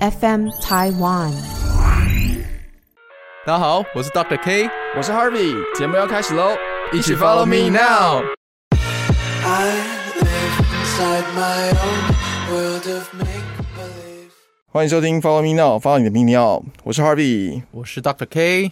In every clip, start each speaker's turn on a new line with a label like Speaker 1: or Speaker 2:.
Speaker 1: FM Taiwan。
Speaker 2: 大家好，我是 Doctor K，
Speaker 3: 我是 Harvey，节目要开始喽，
Speaker 2: 一起 Follow Me Now。
Speaker 4: I live inside my own world of make believe.
Speaker 3: 欢迎收听 Follow Me Now，Follow 你的泌尿，我是 Harvey。
Speaker 2: 我是 Doctor K，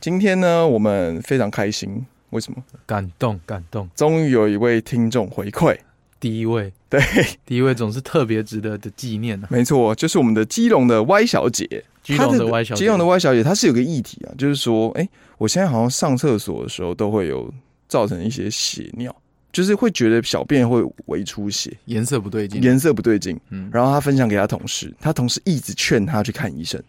Speaker 3: 今天呢，我们非常开心，为什么？
Speaker 2: 感动感动，
Speaker 3: 终于有一位听众回馈，
Speaker 2: 第一位
Speaker 3: 对，
Speaker 2: 第一位总是特别值得的纪念 呢、啊。
Speaker 3: 没错，就是我们的基隆的 Y 小姐。
Speaker 2: 基隆的
Speaker 3: 她
Speaker 2: Y 小姐
Speaker 3: 基隆的 Y 小姐，她是有个议题啊，就是说，哎、我现在好像上厕所的时候都会有造成一些血尿，就是会觉得小便会微出血，
Speaker 2: 颜色不对劲，
Speaker 3: 颜色不对劲。
Speaker 2: 嗯，
Speaker 3: 然后她分享给她同事，她同事一直劝她去看医生。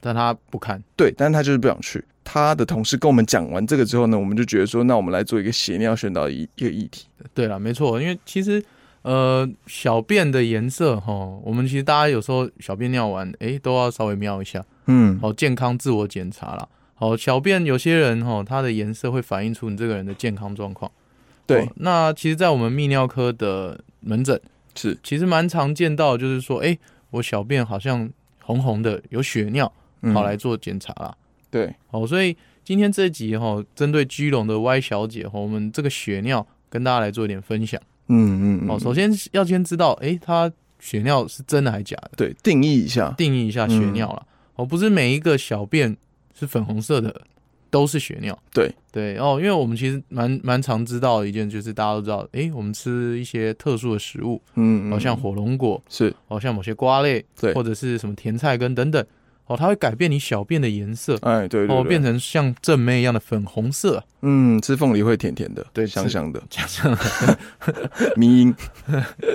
Speaker 2: 但他不看，
Speaker 3: 对，但是他就是不想去。他的同事跟我们讲完这个之后呢，我们就觉得说，那我们来做一个血尿宣导的一一个议题。
Speaker 2: 对了，没错，因为其实呃，小便的颜色哈，我们其实大家有时候小便尿完，诶，都要稍微瞄一下，
Speaker 3: 嗯，
Speaker 2: 好健康自我检查啦。好，小便有些人哈，它的颜色会反映出你这个人的健康状况。
Speaker 3: 对
Speaker 2: 哦，那其实，在我们泌尿科的门诊，
Speaker 3: 是，
Speaker 2: 其实蛮常见到，就是说，诶，我小便好像红红的，有血尿，
Speaker 3: 嗯
Speaker 2: 好来，做检查啦。
Speaker 3: 对，
Speaker 2: 好，所以今天这一集哈、针对居隆的 Y 小姐哈、我们这个血尿跟大家来做一点分享。
Speaker 3: 嗯嗯，
Speaker 2: 好，
Speaker 3: 嗯
Speaker 2: 首先要先知道，诶，她血尿是真的还假的？
Speaker 3: 对，定义一下，
Speaker 2: 定义一下血尿啦。哦，不是每一个小便是粉红色的都是血尿。
Speaker 3: 对
Speaker 2: 对哦，因为我们其实蛮蛮常知道的一件，就是大家都知道，诶，我们吃一些特殊的食物，
Speaker 3: 嗯，
Speaker 2: 哦，
Speaker 3: 嗯
Speaker 2: 像火龙果，
Speaker 3: 是，
Speaker 2: 哦，像某些瓜类，
Speaker 3: 对
Speaker 2: 或者是什么甜菜根等等，哦，它会改变你小便的颜色。
Speaker 3: 哎，对
Speaker 2: 哦，
Speaker 3: 对
Speaker 2: 变
Speaker 3: 对，
Speaker 2: 成像正妹一样的粉红色，啊
Speaker 3: 嗯，吃凤梨会甜甜的，
Speaker 2: 对
Speaker 3: 香
Speaker 2: 吃
Speaker 3: 香的，
Speaker 2: 这样这样。
Speaker 3: 迷因，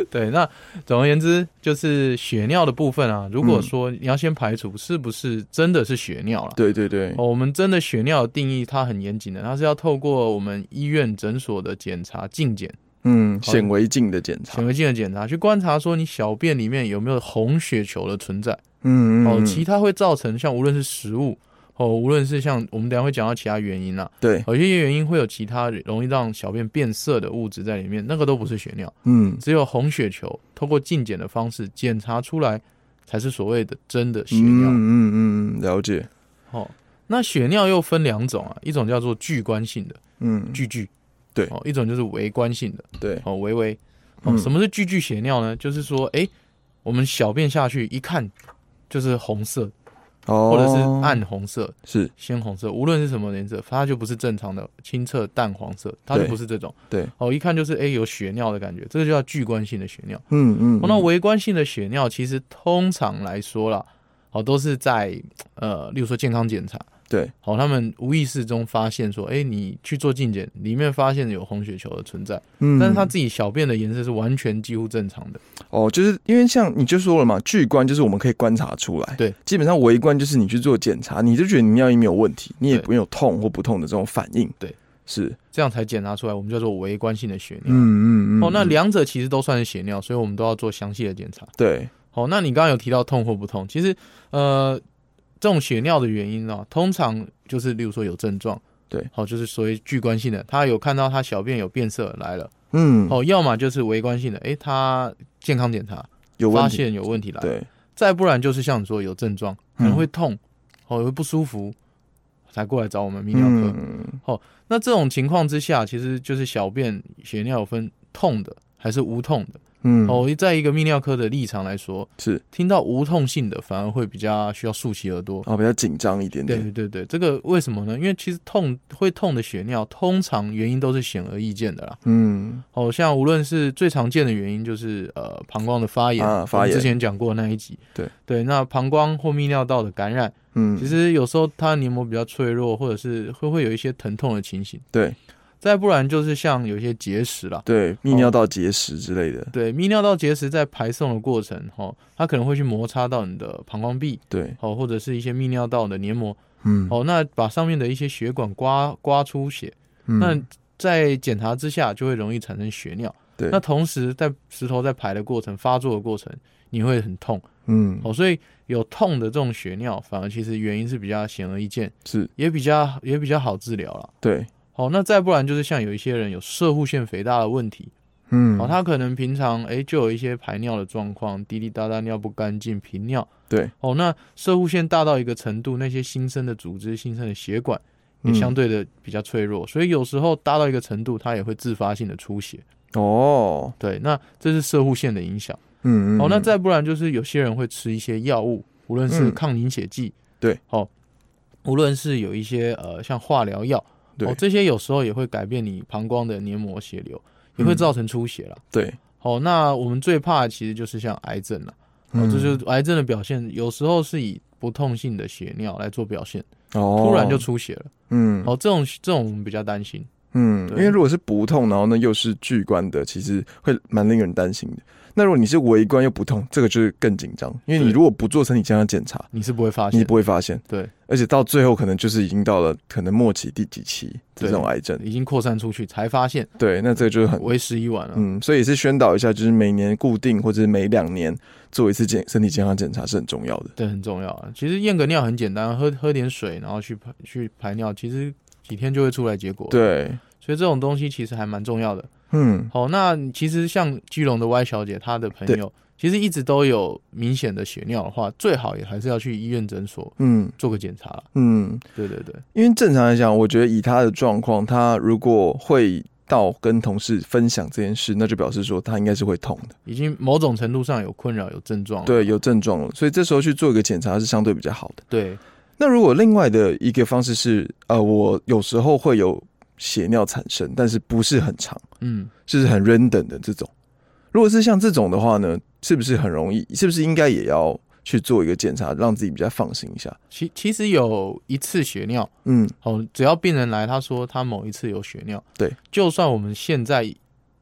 Speaker 2: 对，那总而言之，就是血尿的部分啊。如
Speaker 3: 嗯
Speaker 2: 果说你要先排除是不是真的是血尿了，
Speaker 3: 对对对，
Speaker 2: 哦，我们真的血尿的定义它很严谨的，它是要透过我们医院诊所的检查、镜检、
Speaker 3: 嗯，
Speaker 2: 好
Speaker 3: 显微镜的检查
Speaker 2: 显，微镜的检查，去观察说你小便里面有没有红血球的存在。
Speaker 3: 嗯
Speaker 2: 哦，
Speaker 3: 嗯，
Speaker 2: 其他会造成像无论是食物，哦，无论是像我们等一下会讲到其他原因啦、
Speaker 3: 对，
Speaker 2: 有些原因会有其他容易让小便变色的物质在里面，那个都不是血尿，
Speaker 3: 嗯
Speaker 2: 只有红血球通过镜检的方式检查出来，才是所谓的真的
Speaker 3: 嗯
Speaker 2: 血尿。
Speaker 3: 嗯嗯嗯，了解，
Speaker 2: 哦，那血尿又分两种啊，一种叫做聚观性的
Speaker 3: 嗯，
Speaker 2: 聚聚，
Speaker 3: 对
Speaker 2: 哦，一种就是微观性的
Speaker 3: 对，
Speaker 2: 哦微微。哦，
Speaker 3: 嗯
Speaker 2: 什么是聚聚血尿呢？就是说，诶，我们小便下去一看就是红色，
Speaker 3: 哦，
Speaker 2: 或者是，暗红色，
Speaker 3: 是，
Speaker 2: 鲜红色，无论是什么颜色，它就不是正常的清澈淡黄色，它就
Speaker 3: 对
Speaker 2: 不是这种。
Speaker 3: 对，
Speaker 2: 哦，一看就是哎、诶有血尿的感觉，这个就叫聚观性的血尿。
Speaker 3: 嗯嗯，
Speaker 2: 哦，那
Speaker 3: 嗯
Speaker 2: 微观性的血尿其实通常来说啦，哦都是在呃，例如说健康检查，
Speaker 3: 对，
Speaker 2: 好、他们无意识中发现说，哎、你去做镜检，里面发现有红血球的存在，
Speaker 3: 嗯
Speaker 2: 但是他自己小便的颜色是完全几乎正常的。
Speaker 3: 哦，就是因为像你就说了嘛，巨观就是我们可以观察出来，
Speaker 2: 对，
Speaker 3: 基本上微观就是你去做检查，你就觉得你尿液没有问题，你也
Speaker 2: 对
Speaker 3: 不用有痛或不痛的这种反应，
Speaker 2: 对，啊
Speaker 3: 是，
Speaker 2: 这样才检查出来，我们叫做微观性的血尿。
Speaker 3: 嗯嗯嗯，
Speaker 2: 哦，那
Speaker 3: 嗯
Speaker 2: 两者其实都算是血尿，所以我们都要做详细的检查。
Speaker 3: 对，
Speaker 2: 好，那你刚刚有提到痛或不痛，其实呃，这种血尿的原因啊，通常就是例如说有症状，
Speaker 3: 对
Speaker 2: 好、就是所谓具观性的，他有看到他小便有变色来了，
Speaker 3: 嗯，
Speaker 2: 哦，要么就是微观性的，诶，他健康检查
Speaker 3: 有问
Speaker 2: 发
Speaker 3: 题，
Speaker 2: 现有问题来了，
Speaker 3: 对，
Speaker 2: 再不然就是像你说有症状，可
Speaker 3: 嗯
Speaker 2: 能会痛，哦，会不舒服，才过来找我们泌尿科。
Speaker 3: 嗯，
Speaker 2: 那这种情况之下，其实就是小便血尿有分痛的还是无痛的。
Speaker 3: 嗯，
Speaker 2: 哦，在一个泌尿科的立场来说，
Speaker 3: 是，
Speaker 2: 听到无痛性的反而会比较需要竖起耳朵。
Speaker 3: 哦，比较紧张一点
Speaker 2: 对
Speaker 3: 点，
Speaker 2: 对对对，这个为什么呢？因为其实痛会痛的血尿，通常原因都是显而易见的啦。
Speaker 3: 嗯，
Speaker 2: 哦，像无论是最常见的原因就是呃膀胱的发炎，
Speaker 3: 啊发炎
Speaker 2: 我们之前讲过那一集。
Speaker 3: 对
Speaker 2: 对，那膀胱或泌尿道的感染，
Speaker 3: 嗯，
Speaker 2: 其实有时候它黏膜比较脆弱，或者是会会有一些疼痛的情形。
Speaker 3: 对
Speaker 2: 再不然就是像有一些结石啦，
Speaker 3: 对，泌
Speaker 2: 哦
Speaker 3: 尿道结石之类的，
Speaker 2: 对，泌尿道结石在排送的过程，哦，它可能会去摩擦到你的膀胱壁，
Speaker 3: 对，
Speaker 2: 哦，或者是一些泌尿道的黏膜，
Speaker 3: 嗯，
Speaker 2: 哦，那把上面的一些血管刮刮出血，
Speaker 3: 嗯
Speaker 2: 那在检查之下就会容易产生血尿。
Speaker 3: 对，
Speaker 2: 那同时在石头在排的过程、发作的过程，你会很痛。
Speaker 3: 嗯，
Speaker 2: 哦，所以有痛的这种血尿，反而其实原因是比较显而易见，
Speaker 3: 是，
Speaker 2: 也比较也比较好治疗了。
Speaker 3: 对，
Speaker 2: 哦，那再不然就是像有一些人有射护腺肥大的问题，
Speaker 3: 嗯，
Speaker 2: 哦，他可能平常哎就有一些排尿的状况，滴滴答答尿不干净、频尿。
Speaker 3: 对，
Speaker 2: 哦，那射护腺大到一个程度，那些新生的组织、新生的血管也
Speaker 3: 嗯
Speaker 2: 相对的比较脆弱，所以有时候大到一个程度，它也会自发性的出血。
Speaker 3: 哦，
Speaker 2: 对，那这是射护腺的影响。
Speaker 3: 嗯，嗯
Speaker 2: 哦，那
Speaker 3: 嗯
Speaker 2: 再不然就是有些人会吃一些药物，无论是
Speaker 3: 嗯
Speaker 2: 抗凝血剂，
Speaker 3: 对，
Speaker 2: 哦，无论是有一些呃像化疗药，
Speaker 3: 对
Speaker 2: 哦，这些有时候也会改变你膀胱的黏膜血流，也会
Speaker 3: 嗯
Speaker 2: 造成出血啦。
Speaker 3: 对，
Speaker 2: 哦，那我们最怕的其实就是像癌症了，哦，
Speaker 3: 嗯
Speaker 2: 这就是癌症的表现，有时候是以不痛性的血尿来做表现，
Speaker 3: 哦，
Speaker 2: 突然就出血了。
Speaker 3: 嗯
Speaker 2: 哦，这种这种我们比较担心。
Speaker 3: 嗯，因
Speaker 2: 对
Speaker 3: 为如果是不痛，然后呢又是巨观的，其实会蛮令人担心的。那如果你是围观又不痛，这个就是更紧张，因为你
Speaker 2: 对
Speaker 3: 如果不做身体健康检查，
Speaker 2: 你是不会发现
Speaker 3: 你不会发现，
Speaker 2: 对，
Speaker 3: 而且到最后可能就是已经到了可能末期第几期的
Speaker 2: 对
Speaker 3: 这种癌症，
Speaker 2: 已经扩散出去才发现，
Speaker 3: 对，那这个就是很
Speaker 2: 为时已晚了。
Speaker 3: 嗯，所以也是宣导一下，就是每年固定或者是每两年做一次健身体健康检查是很重要的。
Speaker 2: 这很重要啊。其实验个尿很简单，喝喝点水，然后去排去排尿，其实几天就会出来结果。，
Speaker 3: 对，
Speaker 2: 所以这种东西其实还蛮重要的。
Speaker 3: 嗯，
Speaker 2: 好，那其实像基隆的 Y 小姐，她的朋友其实一直都有明显的血尿的话，最好也还是要去医院诊所
Speaker 3: 嗯
Speaker 2: 做个检查啦。
Speaker 3: 嗯，
Speaker 2: 对对对，
Speaker 3: 因为正常来讲，我觉得以他的状况，他如果会到跟同事分享这件事，那就表示说他应该是会痛的，
Speaker 2: 已经某种程度上有困扰、有症状了。
Speaker 3: 对，有症状了，所以这时候去做一个检查是相对比较好的。
Speaker 2: 对，
Speaker 3: 那如果另外的一个方式是，呃，我有时候会有血尿产生，但是不是很长，
Speaker 2: 嗯，
Speaker 3: 就是很 random 的这种。如果是像这种的话呢，是不是很容易？是不是应该也要去做一个检查，让自己比较放心一下？
Speaker 2: 其其实有一次血尿。
Speaker 3: 嗯，
Speaker 2: 哦，只要病人来，他说他某一次有血尿，
Speaker 3: 对，
Speaker 2: 就算我们现在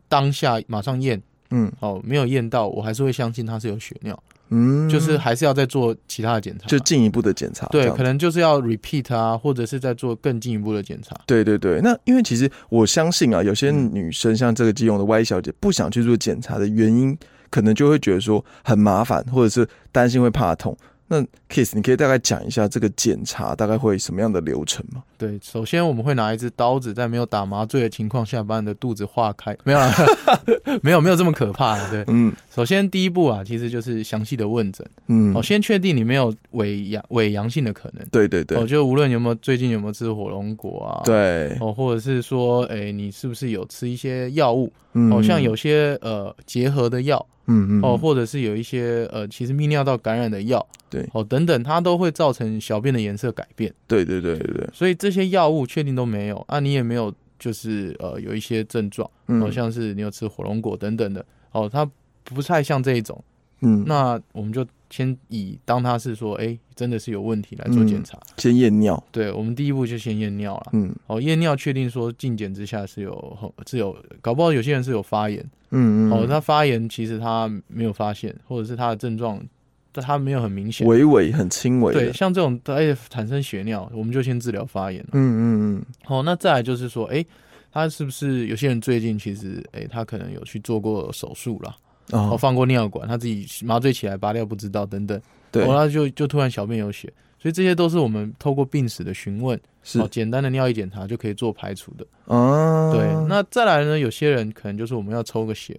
Speaker 2: 当下马上验，
Speaker 3: 嗯
Speaker 2: 哦，没有验到，我还是会相信他是有血尿，
Speaker 3: 嗯，
Speaker 2: 就是还是要再做其他的检查，
Speaker 3: 就进一步的检查，这
Speaker 2: 对，
Speaker 3: 样
Speaker 2: 可能就是要 repeat 啊，或者是再做更进一步的检查。
Speaker 3: 对对对，那因为其实我相信啊，有些
Speaker 2: 嗯
Speaker 3: 女生像这个基隆的 Y 小姐不想去做检查的原因，可能就会觉得说很麻烦，或者是担心会怕痛。那 Kiss，你可以大概讲一下这个检查大概会什么样的流程吗？
Speaker 2: 对，首先我们会拿一支刀子，在没有打麻醉的情况下，把你的肚子划开，没有啦， 没有没有这么可怕啦。对，
Speaker 3: 嗯
Speaker 2: 首先第一步啊，其实就是详细的问诊，
Speaker 3: 嗯
Speaker 2: 哦，，先确定你没有伪阳伪阳性的可能，
Speaker 3: 对对对、
Speaker 2: 哦，就无论有没有最近有没有吃火龙果啊，。
Speaker 3: 对，
Speaker 2: 哦，或者是说，诶，你是不是有吃一些药物？
Speaker 3: 嗯
Speaker 2: 哦，像有些呃结核的药，
Speaker 3: 嗯嗯
Speaker 2: 哦，或者是有一些呃，其实泌尿道感染的药，
Speaker 3: 对
Speaker 2: 哦，等等，它都会造成小便的颜色改变，
Speaker 3: 对对对对对，
Speaker 2: 所以这些药物确定都没有啊，你也没有就是呃有一些症状，哦，
Speaker 3: 嗯
Speaker 2: 像是你有吃火龙果等等的，哦，它不太像这一种，
Speaker 3: 嗯
Speaker 2: 那我们就先以当它是说，哎、真的是有问题来
Speaker 3: 嗯
Speaker 2: 做检查，
Speaker 3: 先验尿，
Speaker 2: 对我们第一步就先验尿了，
Speaker 3: 嗯
Speaker 2: 哦，验尿确定说进检之下是有哦是有，搞不好有些人是有发炎，
Speaker 3: 嗯嗯，
Speaker 2: 哦，他发炎其实他没有发现，或者是他的症状，但他没有很明显。
Speaker 3: 微微很轻微的，
Speaker 2: 对，像这种它也产生血尿，我们就先治疗发炎了。
Speaker 3: 嗯嗯嗯，
Speaker 2: 哦，那再来就是说，哎、他是不是有些人最近其实，哎、他可能有去做过手术啦，哦，
Speaker 3: 哦，
Speaker 2: 放过尿管，他自己麻醉起来拔掉不知道等等，
Speaker 3: 对
Speaker 2: 哦，，那就就突然小便有血，所以这些都是我们透过病史的询问，
Speaker 3: 是
Speaker 2: 哦，简单的尿液检查就可以做排除的。
Speaker 3: 啊，
Speaker 2: 对，那再来呢，有些人可能就是我们要抽个血，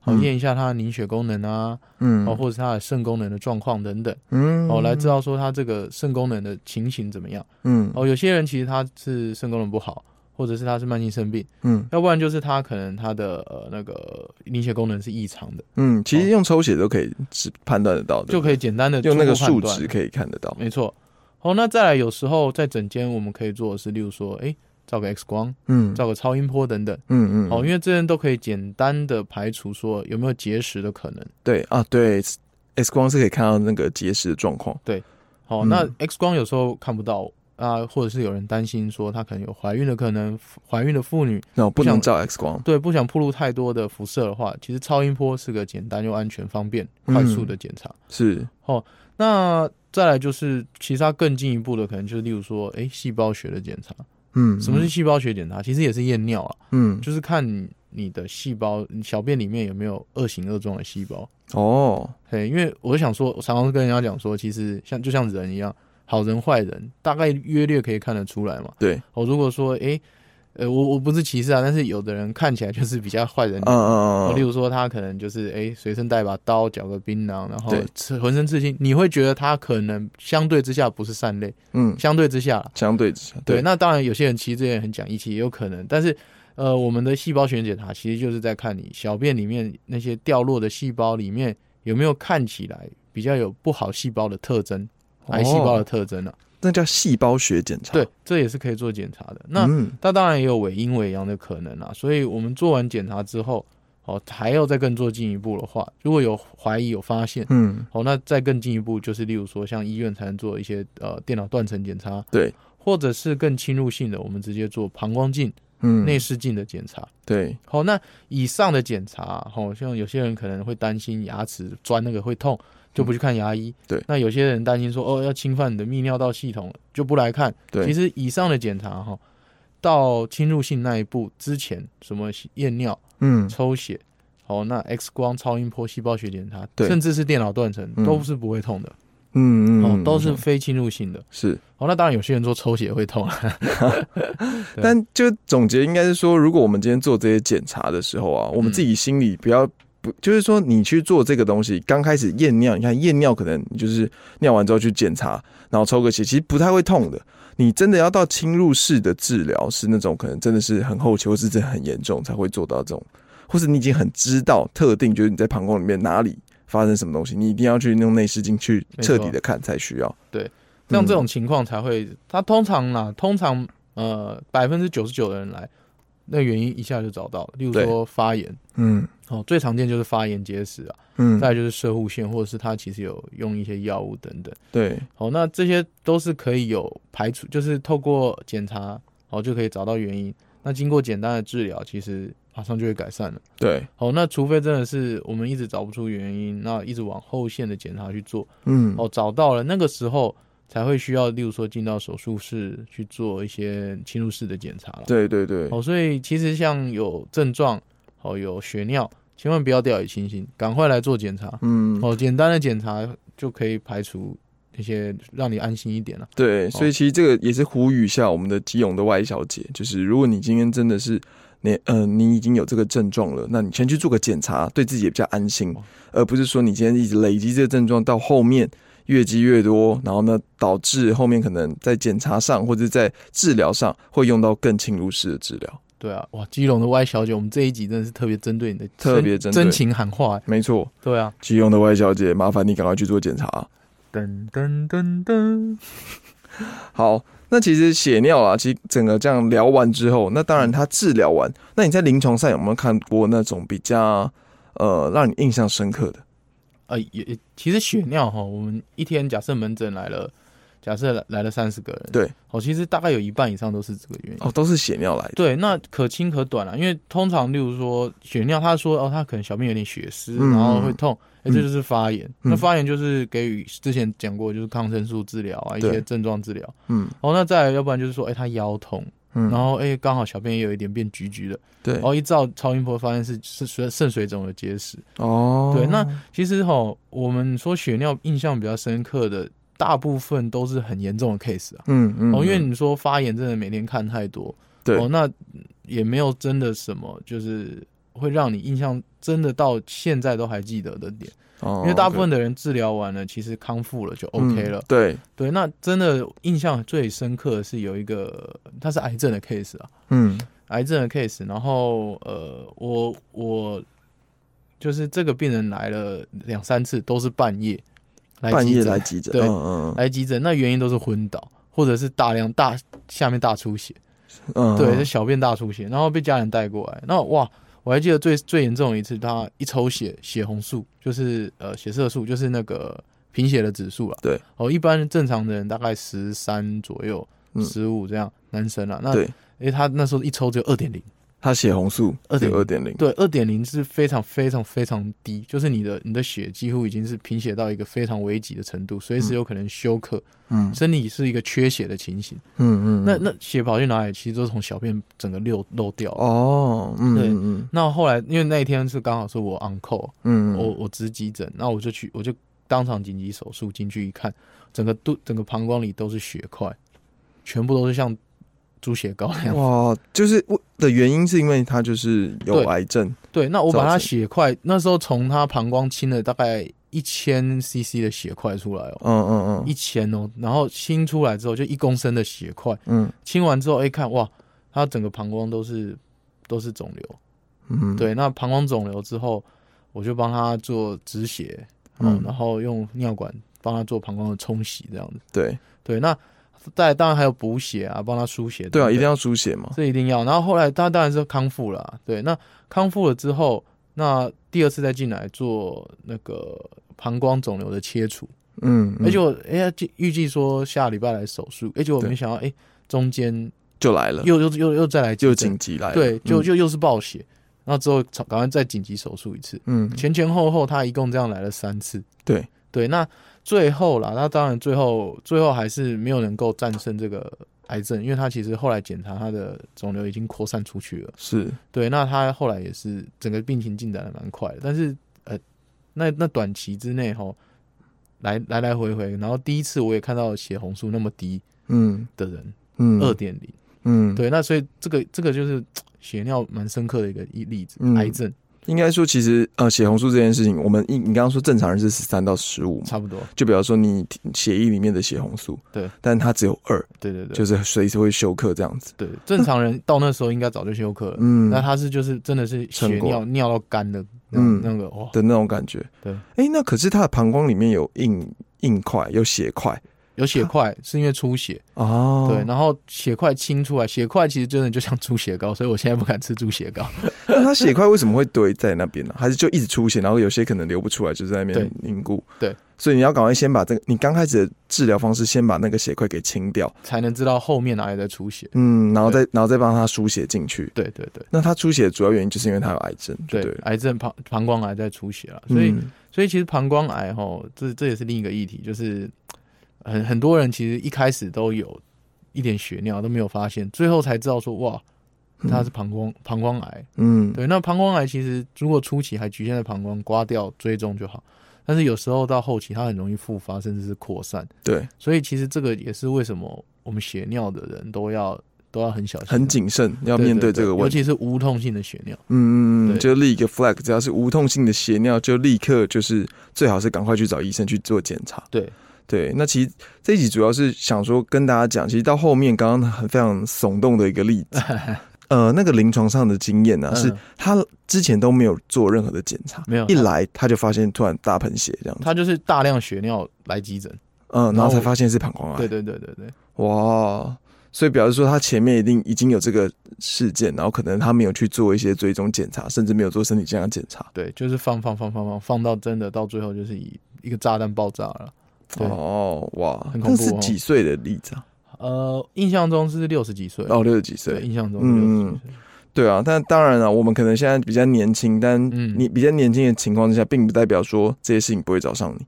Speaker 2: 好
Speaker 3: 嗯
Speaker 2: 验一下他的凝血功能啊，
Speaker 3: 嗯
Speaker 2: 哦，或者是他的肾功能的状况等等，
Speaker 3: 嗯
Speaker 2: 哦，来知道说他这个肾功能的情形怎么样。
Speaker 3: 嗯
Speaker 2: 哦，有些人其实他是肾功能不好，或者是他是慢性肾病，
Speaker 3: 嗯
Speaker 2: 要不然就是他可能他的呃那个凝血功能是异常的，
Speaker 3: 嗯，其实用抽血都可以是判断得到的，
Speaker 2: 就可以简单的
Speaker 3: 用那个数值，可以看得到。
Speaker 2: 没错。哦，那再来有时候在诊间我们可以做的是，例如说，哎、照个 X 光，
Speaker 3: 嗯
Speaker 2: 照个超音波等等，
Speaker 3: 嗯嗯，
Speaker 2: 哦，因
Speaker 3: 为
Speaker 2: 为这些都可以简单的排除说有没有结石的可能。
Speaker 3: 对啊，对，X 光是可以看到那个结石的状况。
Speaker 2: 好、
Speaker 3: 嗯
Speaker 2: 哦那 X 光有时候看不到啊，或者是有人担心说她可能有怀孕的可能，怀孕的妇女
Speaker 3: 那我不
Speaker 2: 像
Speaker 3: 能照 X 光，
Speaker 2: 对不想暴露太多的辐射的话，其实超音波是个简单又安全、方便、
Speaker 3: 嗯
Speaker 2: 快速的检查。
Speaker 3: 是
Speaker 2: 那再来就是，其实它更进一步的，可能就是例如说，哎、细胞学的检查。
Speaker 3: 嗯，
Speaker 2: 什么是细胞学检查？其实也是验尿啊，
Speaker 3: 嗯
Speaker 2: 就是看你的细胞，你小便里面有没有恶形恶状的细胞。
Speaker 3: 哦，
Speaker 2: 嘿，因为我想说，我常常跟人家讲说，其实像就像人一样，好人坏人大概约略可以看得出来嘛。
Speaker 3: 对，
Speaker 2: 哦，如果说诶呃，我我不是歧视啊，但是有的人看起来就是比较坏人
Speaker 3: 嗯嗯
Speaker 2: 哦，
Speaker 3: 嗯
Speaker 2: 例
Speaker 3: 嗯，
Speaker 2: 如说他可能就是哎随、身带把刀、嚼个槟榔，然后
Speaker 3: 对
Speaker 2: 刺浑身刺青，你会觉得他可能相对之下不是善类，
Speaker 3: 嗯，
Speaker 2: 相对之下啦
Speaker 3: 相对之下，
Speaker 2: 对，那当然有些人其实这也很讲义气，也有可能，但是。呃，我们的细胞学检查其实就是在看你小便里面那些掉落的细胞里面有没有看起来比较有不好细胞的特征，癌细胞的
Speaker 3: 哦
Speaker 2: 特征啊。
Speaker 3: 那叫细胞学检查。
Speaker 2: 对，，这也是可以做检查的。那
Speaker 3: 嗯
Speaker 2: 那当然也有伪阴伪阳的可能啦。啊所以我们做完检查之后，哦，还要再更做进一步的话，如果有怀疑有发现，
Speaker 3: 嗯
Speaker 2: 哦，那再更进一步就是例如说像医院才能做一些呃电脑断层检查，
Speaker 3: 对，
Speaker 2: 或者是更侵入性的，我们直接做膀胱镜、
Speaker 3: 嗯，
Speaker 2: 内视镜的检查。
Speaker 3: 对，
Speaker 2: 好、那以上的检查，好、像有些人可能会担心牙齿钻那个会痛，就不去看牙医。
Speaker 3: 嗯对
Speaker 2: 那有些人担心说，哦，要侵犯你的泌尿道系统，就不来看。
Speaker 3: 对
Speaker 2: 其实以上的检查，哈、到侵入性那一步之前，什么验尿、
Speaker 3: 嗯
Speaker 2: 抽血，好、那 X 光、超音波、细胞学检查，
Speaker 3: 对
Speaker 2: 甚至是电脑断层，
Speaker 3: 嗯
Speaker 2: 都是不会痛的，
Speaker 3: 嗯
Speaker 2: 哦
Speaker 3: 嗯，，
Speaker 2: 都是
Speaker 3: 嗯
Speaker 2: 非侵入性的。
Speaker 3: 是。
Speaker 2: 哦，那当然有些人说抽血会痛啊，对
Speaker 3: 但就总结应该是说，如果我们今天做这些检查的时候啊，我们
Speaker 2: 嗯
Speaker 3: 自己心里不要不，就是说你去做这个东西，刚开始验尿，你看验尿可能你就是尿完之后去检查，然后抽个血，其实不太会痛的。你真的要到侵入式的治疗，是那种可能真的是很后期或是真的很严重才会做到这种，或是你已经很知道特定，就是你在膀胱里面哪里发生什么东西，你一定要去用内视镜去
Speaker 2: 没错
Speaker 3: 彻底的看才需要。
Speaker 2: 对
Speaker 3: 嗯，
Speaker 2: 像这种情况才会，他通常啦，通常呃百分之九十九的人来，那原因一下就找到了，例如
Speaker 3: 对
Speaker 2: 说发炎，
Speaker 3: 嗯
Speaker 2: 哦，最常见就是发炎结石啊，
Speaker 3: 嗯，
Speaker 2: 再来就是射护腺，或者是他其实有用一些药物等等，
Speaker 3: 对，
Speaker 2: 好、那这些都是可以有排除，就是透过检查，好、就可以找到原因，那经过简单的治疗，其实马上就会改善了。
Speaker 3: 对，
Speaker 2: 好、那除非真的是我们一直找不出原因，那一直往后线的检查去做，
Speaker 3: 嗯，
Speaker 2: 哦，找到了，那个时候才会需要，例如说进到手术室去做一些侵入式的检查了。
Speaker 3: 对对对，
Speaker 2: 哦，所以其实像有症状，哦，有血尿，千万不要掉以轻心，赶快来做检查。
Speaker 3: 嗯，
Speaker 2: 哦，简单的检查就可以排除一些，让你安心一点了。
Speaker 3: 对，所以其实这个也是呼吁一下我们的基隆的 Y 小姐，就是如果你今天真的是你呃你已经有这个症状了，那你先去做个检查，对自己也比较安心
Speaker 2: 哦，
Speaker 3: 而不是说你今天一直累积这个症状到后面。越积越多，然后呢，导致后面可能在检查上或者在治疗上会用到更侵入式的治疗。
Speaker 2: 对啊，哇，基隆的 Y 小姐，我们这一集真的是特别针对你的真，
Speaker 3: 特别针对
Speaker 2: 真情喊话、欸。
Speaker 3: 没错，
Speaker 2: 对啊，
Speaker 3: 基隆的 Y 小姐，麻烦你赶快去做检查。
Speaker 2: 噔噔噔噔，
Speaker 3: 好，那其实血尿啊，其实整个这样聊完之后，那当然它治疗完，那你在临床上有没有看过那种比较呃让你印象深刻的？
Speaker 2: 呃，也也其实血尿哈，我们一天假设门诊来了，假设来来了三十个人，
Speaker 3: 对，
Speaker 2: 哦，其实大概有一半以上都是这个原因。
Speaker 3: 哦，都是血尿来的。
Speaker 2: 对，那可轻可短啊，因为通常例如说血尿，他说哦，他可能小便有点血丝，
Speaker 3: 嗯
Speaker 2: 然后会痛，哎、
Speaker 3: 嗯
Speaker 2: 这就是发炎。
Speaker 3: 嗯
Speaker 2: 那发炎就是给予之前讲过，就是抗生素治疗啊，一
Speaker 3: 对
Speaker 2: 些症状治疗。
Speaker 3: 嗯
Speaker 2: 哦，那再来，要不然就是说，哎、他腰痛，
Speaker 3: 嗯，
Speaker 2: 然后哎、刚好小便也有一点变橘橘的，
Speaker 3: 对
Speaker 2: 然后一照超音波发现是是是肾水肿的结石。
Speaker 3: 哦
Speaker 2: 对那其实哈，我们说血尿印象比较深刻的，大部分都是很严重的 case 啊。
Speaker 3: 嗯嗯，
Speaker 2: 哦，因为
Speaker 3: 嗯
Speaker 2: 你说发炎真的每天看太多，
Speaker 3: 对
Speaker 2: 哦，那也没有真的什么，就是会让你印象真的到现在都还记得的点，
Speaker 3: 哦
Speaker 2: 因为大部
Speaker 3: OK
Speaker 2: 分的人治疗完了，其实康复了就 OK 了。
Speaker 3: 嗯对，
Speaker 2: 对，那真的印象最深刻的是有一个他是癌症的 case 啊，
Speaker 3: 嗯
Speaker 2: 癌症的 case，然后呃，我我就是这个病人来了两三次，都是半夜来
Speaker 3: 半
Speaker 2: 急
Speaker 3: 夜
Speaker 2: 诊
Speaker 3: 来急诊，
Speaker 2: 对
Speaker 3: 嗯嗯
Speaker 2: 来急诊，那原因都是昏倒或者是大量大下面大出血。
Speaker 3: 嗯，
Speaker 2: 对，是
Speaker 3: 嗯，
Speaker 2: 小便大出血，然后被家人带过来。那哇，我还记得最最严重的一次，他一抽血，血红素就是呃血色素，就是那个贫血的指数了。
Speaker 3: 对，
Speaker 2: 哦，一般正常的人大概十三左右，
Speaker 3: 嗯
Speaker 2: 十五这样，男生啊。那
Speaker 3: 对，
Speaker 2: 因为他那时候一抽只有二点零，
Speaker 3: 他血红素
Speaker 2: 2.0
Speaker 3: 二点零，
Speaker 2: 对，二点零是非常非常非常低，就是你的你的血几乎已经是贫血到一个非常危急的程度，随时有可能休克，
Speaker 3: 嗯
Speaker 2: 身体是一个缺血的情形。
Speaker 3: 嗯嗯，
Speaker 2: 那
Speaker 3: 嗯
Speaker 2: 那血跑去哪里？其实都是从小便整个漏漏掉了。
Speaker 3: 哦，嗯
Speaker 2: 对
Speaker 3: 嗯嗯
Speaker 2: 那后来因为那一天是刚好是我 uncle，、
Speaker 3: 嗯，
Speaker 2: 我我值急诊，那我就去我就当场紧急手术进去一看，整个肚整个膀胱里都是血块，全部都是像猪血糕那样。
Speaker 3: 哇，就是我的原因是因为他就是有
Speaker 2: 对
Speaker 3: 癌症，
Speaker 2: 对，那我把
Speaker 3: 造
Speaker 2: 他
Speaker 3: 成
Speaker 2: 血块那时候从他膀胱清了大概一千 CC 的血块出来哦，
Speaker 3: 嗯嗯
Speaker 2: 一千哦，然后清出来之后就一公升的血块，
Speaker 3: 嗯
Speaker 2: 清完之后哎、看哇，他整个膀胱都是都是肿瘤。
Speaker 3: 嗯嗯，
Speaker 2: 对，那膀胱肿瘤之后，我就帮他做止血，嗯
Speaker 3: 嗯，
Speaker 2: 然后用尿管帮他做膀胱的冲洗，这样子。
Speaker 3: 对
Speaker 2: 对，那再来当然还有补血啊，帮他输血。
Speaker 3: 对啊，一定，要输血嘛，
Speaker 2: 这一定要。然后后来他当然是康复了啊、对，那康复了之后，那第二次再进来做那个膀胱肿瘤的切除，
Speaker 3: 嗯，嗯
Speaker 2: 而且我哎呀，计预计说下礼拜来手术，而且我
Speaker 3: 对
Speaker 2: 没想到哎，中间
Speaker 3: 就来了，
Speaker 2: 又又又又再来急
Speaker 3: 就
Speaker 2: 诊
Speaker 3: 紧急来了，
Speaker 2: 对，就
Speaker 3: 嗯
Speaker 2: 就又是暴血，然后之后赶快再紧急手术一次。
Speaker 3: 嗯
Speaker 2: 前前后后他一共这样来了三次。
Speaker 3: 对
Speaker 2: 对，那最后啦，那当然最后最后还是没有能够战胜这个癌症，因为他其实后来检查他的肿瘤已经扩散出去了。
Speaker 3: 是，
Speaker 2: 对，那他后来也是整个病情进展的蛮快的，但是呃，那那短期之内吼，来来来回回，然后第一次我也看到血红素那么低
Speaker 3: 嗯
Speaker 2: 的人，
Speaker 3: 嗯
Speaker 2: 二点零。
Speaker 3: 嗯，
Speaker 2: 对，那所以这个这个就是血尿蛮深刻的一个一例子，
Speaker 3: 嗯
Speaker 2: 癌症
Speaker 3: 应该说，其实呃，血红素这件事情，我们一你刚刚说正常人是十三到十五嘛，
Speaker 2: 差不多。
Speaker 3: 就比方说你血液里面的血红素，
Speaker 2: 对，
Speaker 3: 但它只有二，
Speaker 2: 对对对，
Speaker 3: 就是随时会休克这样子。
Speaker 2: 对正常人到那时候应该早就休克了。
Speaker 3: 嗯，
Speaker 2: 那他是就是真的是血
Speaker 3: 撑过
Speaker 2: 尿尿到干的，嗯，
Speaker 3: 嗯
Speaker 2: 那个哇，
Speaker 3: 的那种感觉。
Speaker 2: 对
Speaker 3: 哎、那可是他的膀胱里面有硬硬块，有血块
Speaker 2: 有血块是因为出血，
Speaker 3: 哦。
Speaker 2: 对，然后血块清出来，血块其实真的就像猪血糕，所以我现在不敢吃猪血糕。
Speaker 3: 那他血块为什么会堆在那边呢、还是就一直出血，然后有些可能流不出来，就在那边凝固。
Speaker 2: 对，
Speaker 3: 所以你要赶快先把这个，你刚开始的治疗方式先把那个血块给清掉，
Speaker 2: 才能知道后面哪里在出血。
Speaker 3: 嗯，然后再然后再帮他输血进去。
Speaker 2: 对对对
Speaker 3: 那他出血的主要原因就是因为他有癌症，就对
Speaker 2: 对，
Speaker 3: 了。
Speaker 2: 癌症膀膀胱癌在出血了，所以
Speaker 3: 嗯
Speaker 2: 所以其实膀胱癌吼，这这也是另一个议题，就是很很多人其实一开始都有一点血尿都没有发现，最后才知道说哇，他是膀胱膀胱癌。
Speaker 3: 嗯，
Speaker 2: 对，那膀胱癌其实如果初期还局限在膀胱，刮掉追踪就好。但是有时候到后期，它很容易复发，甚至是扩散。
Speaker 3: 对，
Speaker 2: 所以其实这个也是为什么我们血尿的人都要都要很小心啊、
Speaker 3: 很谨慎，要
Speaker 2: 要
Speaker 3: 面对这个问
Speaker 2: 尤
Speaker 3: 题。
Speaker 2: 其是无痛性的血尿。
Speaker 3: 嗯嗯嗯，
Speaker 2: 对
Speaker 3: 就立一个 flag，只要是无痛性的血尿，就立刻就是最好是赶快去找医生去做检查。
Speaker 2: 对
Speaker 3: 对，那其实这一集主要是想说跟大家讲，其实到后面刚刚很非常耸动的一个例 子，呃，那个临床上的经验呢、啊
Speaker 2: 嗯
Speaker 3: 是他之前都没有做任何的检查，
Speaker 2: 没有
Speaker 3: 一
Speaker 2: 他
Speaker 3: 来他就发现突然大喷血这样子，
Speaker 2: 它就是大量血尿来急诊。
Speaker 3: 嗯，然
Speaker 2: 然
Speaker 3: 后
Speaker 2: 后
Speaker 3: 才发现是膀胱癌。
Speaker 2: 哦对对对对对。
Speaker 3: 哇，所以表示说他前面一定已经有这个事件，然后可能他没有去做一些追踪检查，甚至没有做身体健康检查。
Speaker 2: 对，就是放放放放放放到真的到最后就是以一个炸弹爆炸了。对
Speaker 3: 哦，哇，
Speaker 2: 很
Speaker 3: 那
Speaker 2: 恐怖
Speaker 3: 是
Speaker 2: 哦
Speaker 3: 几岁的例子啊？
Speaker 2: 呃，印象中是六十几岁，
Speaker 3: 哦，六十几岁
Speaker 2: 对，。印象中是六十几岁，
Speaker 3: 对啊，但当然了、我们可能现在比较年轻，但
Speaker 2: 嗯
Speaker 3: 你比较年轻的情况之下，并不代表说这些事情不会找上你。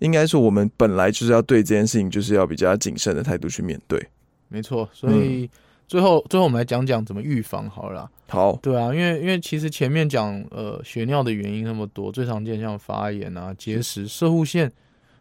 Speaker 3: 应该说，我们本来就是要对这件事情，就是要比较谨慎的态度去面对。
Speaker 2: 没错。所以最后最后我们来讲讲怎么预防好了啦。
Speaker 3: 好，
Speaker 2: 对啊，因为因为其实前面讲呃血尿的原因那么多，最常见像发炎啊、结石、射护腺。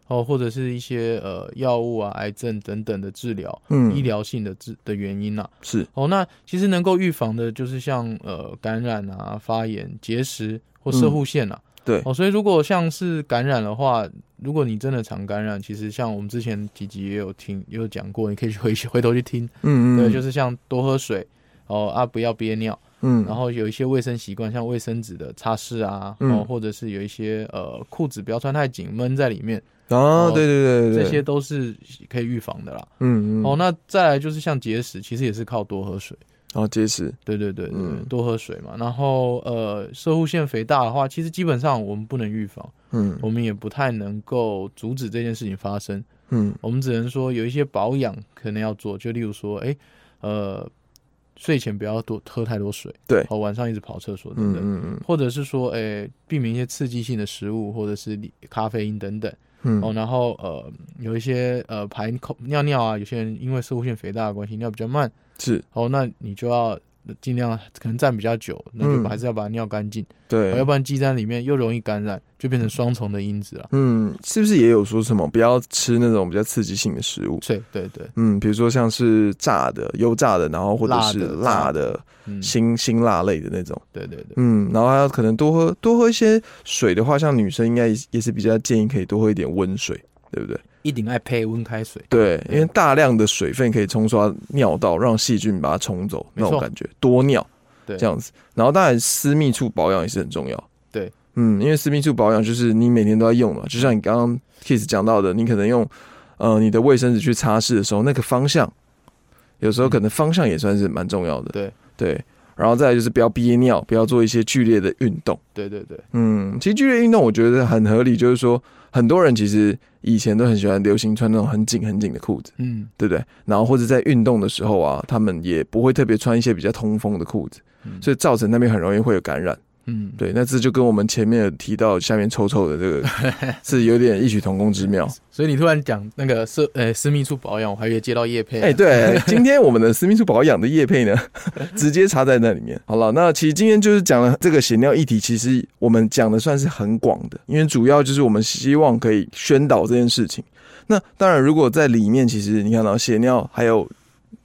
Speaker 2: 哦，或者是一些呃药物啊、癌症等等的治疗，
Speaker 3: 嗯，
Speaker 2: 医疗性的治的原因啊。
Speaker 3: 是，
Speaker 2: 哦，那其实能够预防的就是像呃感染啊、发炎、结石或射护腺啊。
Speaker 3: 对
Speaker 2: 哦，所以如果像是感染的话，如果你真的常感染，其实像我们之前几集也有听，也有讲过，你可以去回回头去听。
Speaker 3: 嗯嗯，，
Speaker 2: 对，就是是像多喝水，哦啊不要憋尿，
Speaker 3: 嗯，
Speaker 2: 然后有一些卫生习惯，像卫生纸的擦拭啊，
Speaker 3: 嗯
Speaker 2: 哦或者是有一些呃裤子不要穿太紧，闷在里面，
Speaker 3: 啊，
Speaker 2: 哦
Speaker 3: 对对对对，
Speaker 2: 这些，都是可以预防的啦。
Speaker 3: 嗯嗯，
Speaker 2: 哦，那再来就是像结石，其实也是靠多喝水。
Speaker 3: 然后结石，
Speaker 2: 对对对对，
Speaker 3: 嗯
Speaker 2: 多喝水嘛。然后呃，射护腺肥大的话，其实基本上我们不能预防，
Speaker 3: 嗯
Speaker 2: 我们也不太能够阻止这件事情发生。
Speaker 3: 嗯
Speaker 2: 我们只能说有一些保养可能要做，就例如说，哎，呃，睡前不要多喝太多水，
Speaker 3: 对
Speaker 2: 好、晚上一直跑厕所等
Speaker 3: 嗯
Speaker 2: 等，
Speaker 3: 嗯
Speaker 2: 或者是说，哎，避免一些刺激性的食物或者是咖啡因等等。
Speaker 3: 嗯，
Speaker 2: 哦，然后呃，有一些呃排口尿尿啊，有些人因为射护腺肥大的关系，尿比较慢，
Speaker 3: 是，
Speaker 2: 哦，那你就要尽量可能站比较久，那就
Speaker 3: 嗯
Speaker 2: 还是要把它尿干净，哦
Speaker 3: 对
Speaker 2: 要，不然积在里面又容易感染，就变成双重的因子了。
Speaker 3: 嗯，是不是也有说什么不要吃那种比较刺激性的食物？
Speaker 2: 对对对，
Speaker 3: 嗯，比如说像是炸的、油炸的，然后或者
Speaker 2: 辣的
Speaker 3: 是
Speaker 2: 炸
Speaker 3: 辣的、
Speaker 2: 嗯，
Speaker 3: 辛辛辣类的那种。
Speaker 2: 对对对，
Speaker 3: 嗯，然后还有可能多喝多喝一些水的话，像女生应该也也是比较建议可以多喝一点温水，对不对？
Speaker 2: 一定爱配温开水。
Speaker 3: 对，因为大量的水分可以冲刷尿道，让细菌把它冲走，
Speaker 2: 没
Speaker 3: 那
Speaker 2: 错
Speaker 3: 种感觉多尿，
Speaker 2: 对
Speaker 3: 这样子。然后当然私密处保养也是很重要，
Speaker 2: 对，
Speaker 3: 嗯，因为私密处保养就是你每天都在用嘛，就像你刚刚 Kiss 讲到的，你可能用呃你的卫生纸去擦拭的时候，那个方向，有时候可能方向也算是蛮重要的，
Speaker 2: 嗯对
Speaker 3: 对。然后再来就是不要憋尿，不要做一些剧烈的运动。
Speaker 2: 对对对，
Speaker 3: 嗯，其实剧烈运动我觉得很合理，就是说很多人其实以前都很喜欢流行穿那种很紧很紧的裤子，
Speaker 2: 嗯
Speaker 3: 对不对？然后或者在运动的时候啊，他们也不会特别穿一些比较通风的裤子，
Speaker 2: 嗯
Speaker 3: 所以造成那边很容易会有感染。
Speaker 2: 嗯，
Speaker 3: 对，那这就跟我们前面有提到下面臭臭的这个是有点异曲同工之妙。
Speaker 2: 所以你突然讲那个私呃私密处保养，我还以为接到叶配。啊
Speaker 3: 哎、，对，今天我们的私密处保养的叶配呢，直接插在那里面。好了，那其实今天就是讲了这个血尿议题，其实我们讲的算是很广的，因为主要就是我们希望可以宣导这件事情。那当然，如果在里面，其实你看到血尿，还有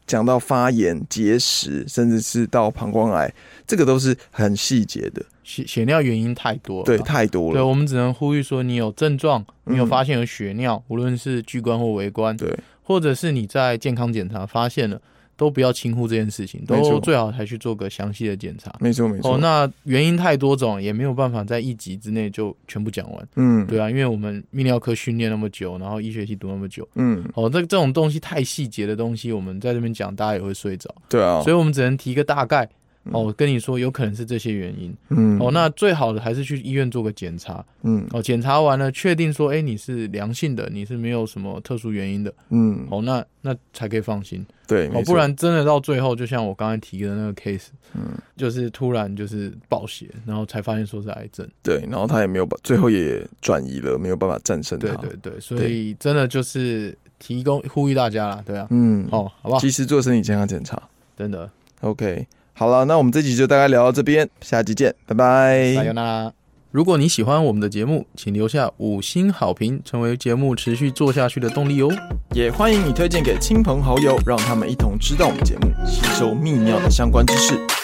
Speaker 3: 讲到发炎、结石，甚至是到膀胱癌，这个都是很细节的，
Speaker 2: 血血尿原因太多了，
Speaker 3: 对，太多
Speaker 2: 对，
Speaker 3: 了，
Speaker 2: 我们只能呼吁说，你有症状，你有
Speaker 3: 嗯
Speaker 2: 发现有血尿，无论是巨观或微观，
Speaker 3: 对，
Speaker 2: 或者是你在健康检查发现了，都不要轻忽这件事情，
Speaker 3: 没错
Speaker 2: 都最好还去做个详细的检查。
Speaker 3: 没错没
Speaker 2: 哦
Speaker 3: 错，，
Speaker 2: 那原因太多种，也没有办法在一集之内就全部讲完。
Speaker 3: 嗯，
Speaker 2: 对啊，因为我们泌尿科训练那么久，然后医学系读那么久，
Speaker 3: 嗯，
Speaker 2: 哦，这这种东西太细节的东西，我们在这边讲，大家也会睡着，
Speaker 3: 对啊，
Speaker 2: 所以我们只能提个大概。
Speaker 3: 嗯
Speaker 2: 哦，我跟你说，有可能是这些原因。
Speaker 3: 嗯
Speaker 2: 哦，那最好的还是去医院做个检查。
Speaker 3: 嗯
Speaker 2: 哦，检查完了，确定说，哎，你是良性的，你是没有什么特殊原因的，
Speaker 3: 嗯，
Speaker 2: 哦，那那才可以放心。
Speaker 3: 对，
Speaker 2: 哦
Speaker 3: 没，错
Speaker 2: 不然真的到最后，就像我刚才提的那个 case，
Speaker 3: 嗯
Speaker 2: 就是突然就是暴血，然后才发现说是癌症。
Speaker 3: 对，然后他也没有把，最后也转移了，没有办法战胜他。
Speaker 2: 对对对，所以真的就是提供呼吁大家啦，对啊，
Speaker 3: 嗯，
Speaker 2: 哦，好不好？
Speaker 3: 及时做身体健康检查。
Speaker 2: 真的，
Speaker 3: OK，好了，那我们这集就大概聊到这边，下集见，拜拜。
Speaker 2: 加油啦！如果你喜欢我们的节目，请留下五星好评，成为节目持续做下去的动力哦。
Speaker 3: 也欢迎你推荐给亲朋好友，让他们一同知道我们节目，吸收泌尿的相关知识。